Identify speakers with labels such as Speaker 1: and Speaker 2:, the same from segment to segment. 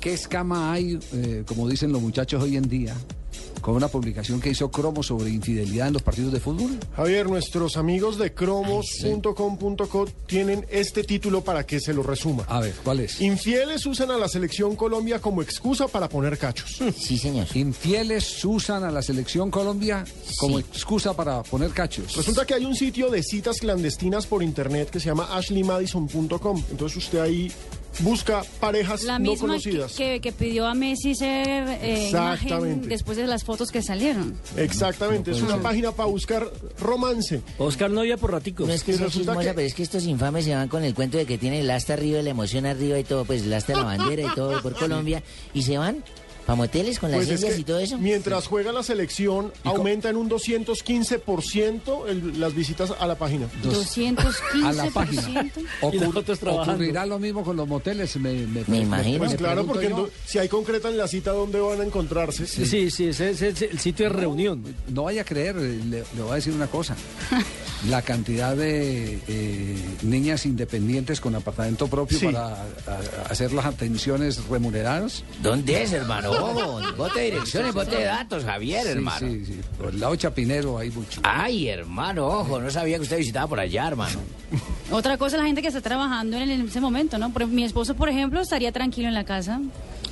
Speaker 1: ¿Qué escama hay, eh, como dicen los muchachos hoy en día, con una publicación que hizo Cromo sobre infidelidad en los partidos de fútbol?
Speaker 2: Javier, nuestros amigos de cromos.com.co tienen este título para que se lo resuma.
Speaker 1: A ver, ¿cuál es?
Speaker 2: Infieles usan a la selección Colombia como excusa para poner cachos.
Speaker 3: Sí, señor.
Speaker 1: Infieles usan a la selección Colombia como
Speaker 3: Sí.
Speaker 1: excusa para poner cachos.
Speaker 2: Resulta que hay un sitio de citas clandestinas por internet que se llama ashleymadison.com. Entonces usted ahí busca parejas
Speaker 4: La
Speaker 2: no
Speaker 4: misma que,
Speaker 2: conocidas.
Speaker 4: que- que pidió a Messi ser eh,
Speaker 2: Exactamente.
Speaker 4: imagen después de las fotos que salieron.
Speaker 2: Exactamente, es una página para buscar romance.
Speaker 5: Oscar Novia por ratico.
Speaker 3: No es que
Speaker 2: Y
Speaker 3: sea
Speaker 2: resulta
Speaker 3: chismosa,
Speaker 2: que-
Speaker 3: pero es que estos infames se van con el cuento de que tienen el asta arriba, y la emoción arriba y todo, pues el asta de la bandera y todo por Colombia, y se van para moteles con las
Speaker 2: Pues es
Speaker 3: sillas
Speaker 2: que
Speaker 3: y todo eso.
Speaker 2: Mientras juega la selección, aumenta en un 215% el- las visitas a la página.
Speaker 1: Dos-
Speaker 4: 215%.
Speaker 1: a la página.
Speaker 5: Y los otros trabajando.
Speaker 1: ocurrirá lo mismo con los moteles, me, me-
Speaker 3: Me imagino.
Speaker 2: Pues
Speaker 3: me
Speaker 2: claro,
Speaker 1: pregunto
Speaker 2: porque
Speaker 1: yo.
Speaker 2: ento- si ahí concretan la cita, ¿dónde van a encontrarse?
Speaker 5: Sí, sí, ese es el- el sitio de reunión.
Speaker 1: No vaya a creer, eh, le, le voy a decir una cosa. La cantidad de eh, niñas independientes con apartamento propio
Speaker 2: Sí.
Speaker 1: para a- a- hacer las atenciones remuneradas.
Speaker 3: ¿Dónde es, hermano? Oh, bote de direcciones, bote de datos, Javier,
Speaker 1: Sí,
Speaker 3: hermano.
Speaker 1: sí, sí. Por el lado chapinero hay mucho.
Speaker 3: Ay, hermano, ojo, no sabía que usted visitaba por allá, hermano.
Speaker 4: Otra cosa, la gente que está trabajando en, el- en ese momento, ¿no? Por- mi esposo, por ejemplo, estaría tranquilo en la casa.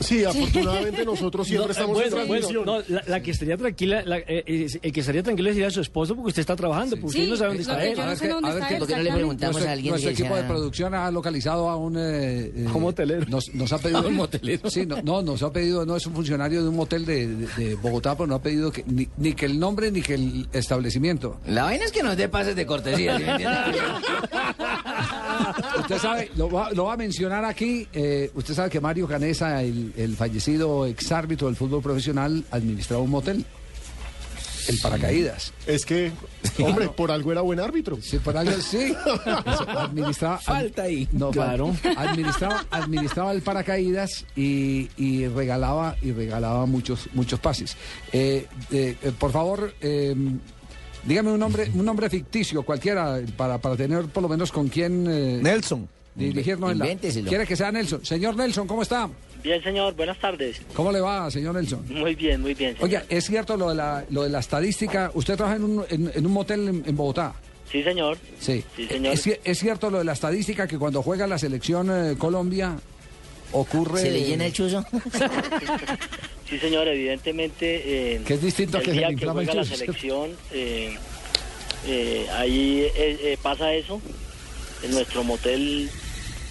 Speaker 2: Sí, afortunadamente nosotros siempre
Speaker 5: No,
Speaker 2: pues estamos en
Speaker 5: bueno,
Speaker 2: transmisión.
Speaker 5: bueno, no, la, la que estaría tranquila, la- eh, eh, el que estaría tranquilo sería su esposo porque usted está trabajando, porque
Speaker 4: Sí,
Speaker 5: usted no sabe dónde
Speaker 4: lo
Speaker 5: está
Speaker 4: que
Speaker 5: él.
Speaker 4: yo
Speaker 1: A
Speaker 4: no
Speaker 1: ver
Speaker 4: sé
Speaker 1: qué-
Speaker 4: dónde
Speaker 1: a ver
Speaker 4: está
Speaker 1: qué-
Speaker 3: ¿Por qué no le
Speaker 4: exactamente.
Speaker 3: preguntamos a alguien "Ah".
Speaker 1: Nuestro
Speaker 3: que sea-
Speaker 1: equipo de producción ha localizado a un... eh, eh,
Speaker 5: A un motelero.
Speaker 1: Nos, nos ha pedido...
Speaker 3: un motelero.
Speaker 1: Sí, no, no, nos ha pedido, no es un funcionario de un motel de, de- de Bogotá, pero no ha pedido que, ni, ni que el nombre ni que el establecimiento.
Speaker 3: La vaina es que nos dé pases de cortesía, ¿sí me entiende?
Speaker 1: Usted sabe, lo va, lo va a mencionar aquí, eh, usted sabe que Mario Canesa, el, el fallecido exárbitro del fútbol profesional, administraba un motel. El paracaídas.
Speaker 2: Es que, hombre, por algo era buen árbitro.
Speaker 1: Sí, por algo sí. Administraba.
Speaker 5: Falta ahí.
Speaker 1: No,
Speaker 5: Claro.
Speaker 1: fal- Administraba, administraba el paracaídas y, y regalaba y regalaba muchos muchos pases. Eh, eh, eh, por favor, eh, dígame un nombre un nombre ficticio cualquiera para, para tener por lo menos con quién eh,
Speaker 6: Nelson.
Speaker 1: dirigirnos en la.
Speaker 3: Invénteselo.
Speaker 1: Quiere que sea Nelson. Señor Nelson, ¿cómo está?
Speaker 7: Bien, señor, buenas tardes.
Speaker 1: ¿Cómo le va, señor Nelson?
Speaker 7: Muy bien, muy bien. señor.
Speaker 1: Oiga, es cierto lo de la, lo de la estadística. Usted trabaja en un, en, en un motel en- en Bogotá.
Speaker 7: Sí, señor.
Speaker 1: Sí.
Speaker 7: Sí, señor.
Speaker 1: ¿Es, ci- es cierto lo de la estadística que cuando juega la selección eh, Colombia ocurre
Speaker 3: ¿Se le llena el chuzo?
Speaker 7: Sí, señor, evidentemente. eh,
Speaker 1: Que es distinto a
Speaker 7: el
Speaker 1: que se
Speaker 7: día
Speaker 1: le
Speaker 7: que
Speaker 1: inflama el
Speaker 7: juega la
Speaker 1: chuzo.
Speaker 7: selección, eh, eh, ahí eh, eh, pasa eso. En nuestro motel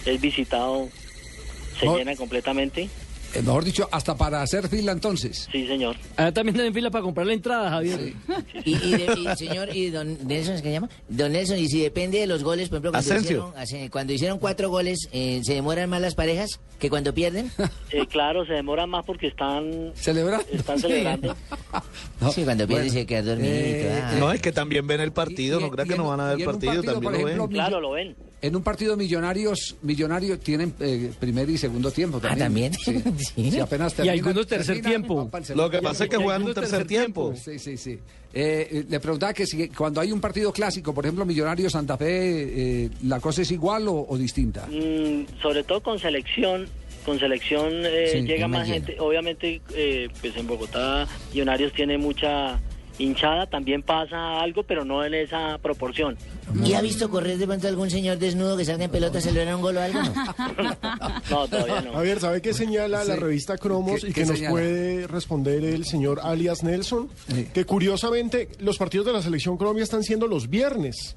Speaker 7: es visitado, se
Speaker 1: No.
Speaker 7: llena completamente.
Speaker 1: eh, mejor dicho, hasta para hacer fila entonces.
Speaker 7: Sí, señor.
Speaker 5: Ah, también en fila para comprar la entrada, Javier.
Speaker 3: Y, y de- y, señor, y don Nelson, ¿es que se llama? Don Nelson, y si depende de los goles, por ejemplo, cuando,
Speaker 6: Asensio.
Speaker 3: hicieron, hace- cuando hicieron cuatro goles, eh, ¿se demoran más las parejas que cuando pierden?
Speaker 1: Ah.
Speaker 7: Eh, claro, se demora más porque están,
Speaker 1: Celebrar.
Speaker 7: están celebrando.
Speaker 3: Sí, cuando pierde se queda dormidito, ah.
Speaker 8: eh,
Speaker 6: No, es que también ven el partido,
Speaker 1: Eh, Y- y-
Speaker 6: no crean
Speaker 1: y
Speaker 6: que
Speaker 1: en-
Speaker 6: no van a ver
Speaker 1: y
Speaker 6: el
Speaker 1: en un
Speaker 6: partido,
Speaker 1: partido,
Speaker 6: también
Speaker 1: por
Speaker 6: lo
Speaker 1: ejemplo,
Speaker 6: ven.
Speaker 7: Claro, lo ven.
Speaker 1: En un partido millonarios, millonarios tienen eh, primer y segundo tiempo
Speaker 3: Ah,
Speaker 1: también.
Speaker 3: ¿también?
Speaker 1: Sí.
Speaker 3: Sí.
Speaker 1: Si apenas
Speaker 5: Y
Speaker 1: terminan-
Speaker 5: algunos tercer
Speaker 1: terminan,
Speaker 5: tiempo.
Speaker 1: van pa'l segundo
Speaker 6: Lo que pasa es que
Speaker 5: Y- y
Speaker 6: juegan un
Speaker 5: algunos
Speaker 6: tercer
Speaker 5: tercer
Speaker 6: tiempo.
Speaker 1: Sí, sí, sí. Eh, eh, le preguntaba que si cuando hay un partido clásico, por ejemplo, Millonarios Santa Fe, eh, ¿la cosa es igual o, o distinta?
Speaker 7: Mm, sobre todo con selección con selección eh,
Speaker 1: Sí,
Speaker 7: llega más
Speaker 3: imagino.
Speaker 7: gente obviamente eh, pues en Bogotá Millonarios tiene mucha hinchada también pasa algo pero no en esa proporción
Speaker 3: ¿Y ha visto correr de pronto algún señor desnudo que salga en pelota a celebrar un gol o algo? no?
Speaker 7: no todavía no
Speaker 2: Javier, Ah, ¿sabe qué señala la
Speaker 1: Sí.
Speaker 2: revista Cromos
Speaker 1: ¿Qué-
Speaker 2: y
Speaker 1: qué
Speaker 2: que nos
Speaker 1: señala?
Speaker 2: puede responder el señor alias Nelson?
Speaker 1: Sí.
Speaker 2: Que curiosamente los partidos de la selección Colombia están siendo los viernes.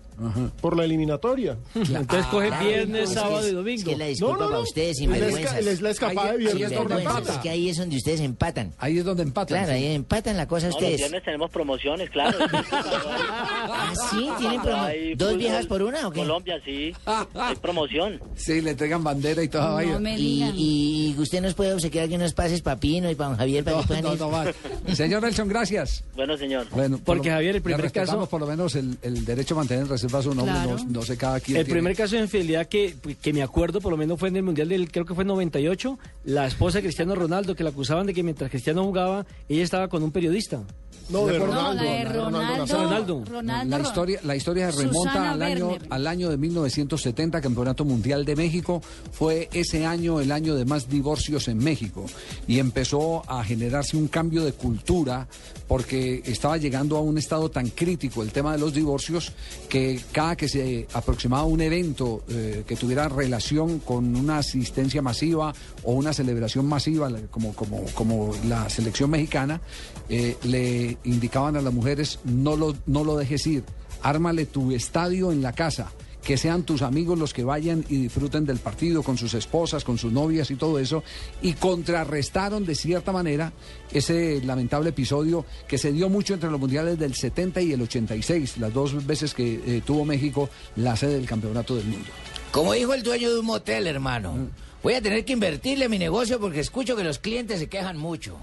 Speaker 2: por la eliminatoria.
Speaker 5: Entonces coge
Speaker 3: Ah, Claro,
Speaker 5: viernes,
Speaker 3: es que
Speaker 5: sábado
Speaker 3: es-
Speaker 5: y domingo.
Speaker 3: Es que es la
Speaker 2: No,
Speaker 3: disculpa
Speaker 2: no,
Speaker 3: para
Speaker 2: no.
Speaker 3: ustedes,
Speaker 2: Es la esca-
Speaker 3: sinvergüenzas.
Speaker 2: es la escapada de
Speaker 3: Ahí-
Speaker 2: viernes
Speaker 1: doble
Speaker 3: sinvergüenzas,
Speaker 1: pata.
Speaker 3: Es que ahí es donde ustedes empatan.
Speaker 1: Ahí es donde empatan.
Speaker 3: Claro, ahí empatan la cosa
Speaker 7: No, los
Speaker 3: ustedes.
Speaker 7: viernes tenemos promociones, claro.
Speaker 3: Ah, sí, tienen promo.
Speaker 7: Hay
Speaker 3: ¿Dos
Speaker 7: fútbol
Speaker 3: viejas por una o qué?
Speaker 7: Colombia, sí. Hay promoción.
Speaker 1: Sí, le entregan bandera y toda vaina.
Speaker 4: No me
Speaker 3: Y,
Speaker 4: digan.
Speaker 3: y usted nos puede obsequiar que unos pases para Pino y para don Javier para
Speaker 1: No,
Speaker 3: que puedan
Speaker 1: no,
Speaker 3: ir.
Speaker 1: no más. Señor Nelson, gracias.
Speaker 7: Bueno, señor.
Speaker 1: Bueno, por
Speaker 5: Porque,
Speaker 1: lo-
Speaker 5: Javier, el
Speaker 1: le
Speaker 5: primer
Speaker 1: respetamos
Speaker 5: caso-
Speaker 1: por lo menos el, el derecho a mantener en reserva su nombre,
Speaker 4: Claro.
Speaker 1: no, no sé cada quien.
Speaker 5: El
Speaker 1: tiene.
Speaker 5: primer caso de infidelidad que, pues, que me acuerdo, por lo menos fue en el Mundial del, creo que fue en 98, la esposa de Cristiano Ronaldo, que la acusaban de que mientras Cristiano jugaba, ella estaba con un periodista.
Speaker 2: No, de
Speaker 1: No,
Speaker 4: No, la
Speaker 2: Ronaldo.
Speaker 4: de Ronaldo.
Speaker 5: Ronaldo.
Speaker 4: Ronaldo.
Speaker 1: la historia, la historia se
Speaker 4: Susana
Speaker 1: remonta al año,
Speaker 4: Werner.
Speaker 1: al año de 1970, Campeonato Mundial de México. Fue ese año el año de más divorcios en México y empezó a generarse un cambio de cultura porque estaba llegando a un estado tan crítico el tema de los divorcios que cada que se aproximaba un evento eh, que tuviera relación con una asistencia masiva o una celebración masiva la- como, como, como la selección mexicana, eh, le indicaban a las mujeres no lo, no lo dejes ir. Ármale tu estadio en la casa. Que sean tus amigos los que vayan y disfruten del partido con sus esposas, con sus novias y todo eso. Y contrarrestaron de cierta manera ese lamentable episodio que se dio mucho entre los mundiales del 70 y el 86, las dos veces que eh, tuvo México la sede del campeonato del mundo.
Speaker 6: Como dijo el dueño de un motel, hermano, voy a tener que invertirle en mi negocio porque escucho que los clientes se quejan mucho.